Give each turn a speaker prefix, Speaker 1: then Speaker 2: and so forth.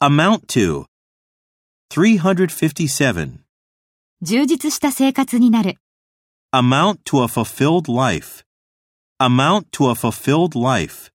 Speaker 1: Amount to 357.
Speaker 2: 充実した生活になる。
Speaker 1: Amount to a fulfilled life. Amount to a fulfilled life.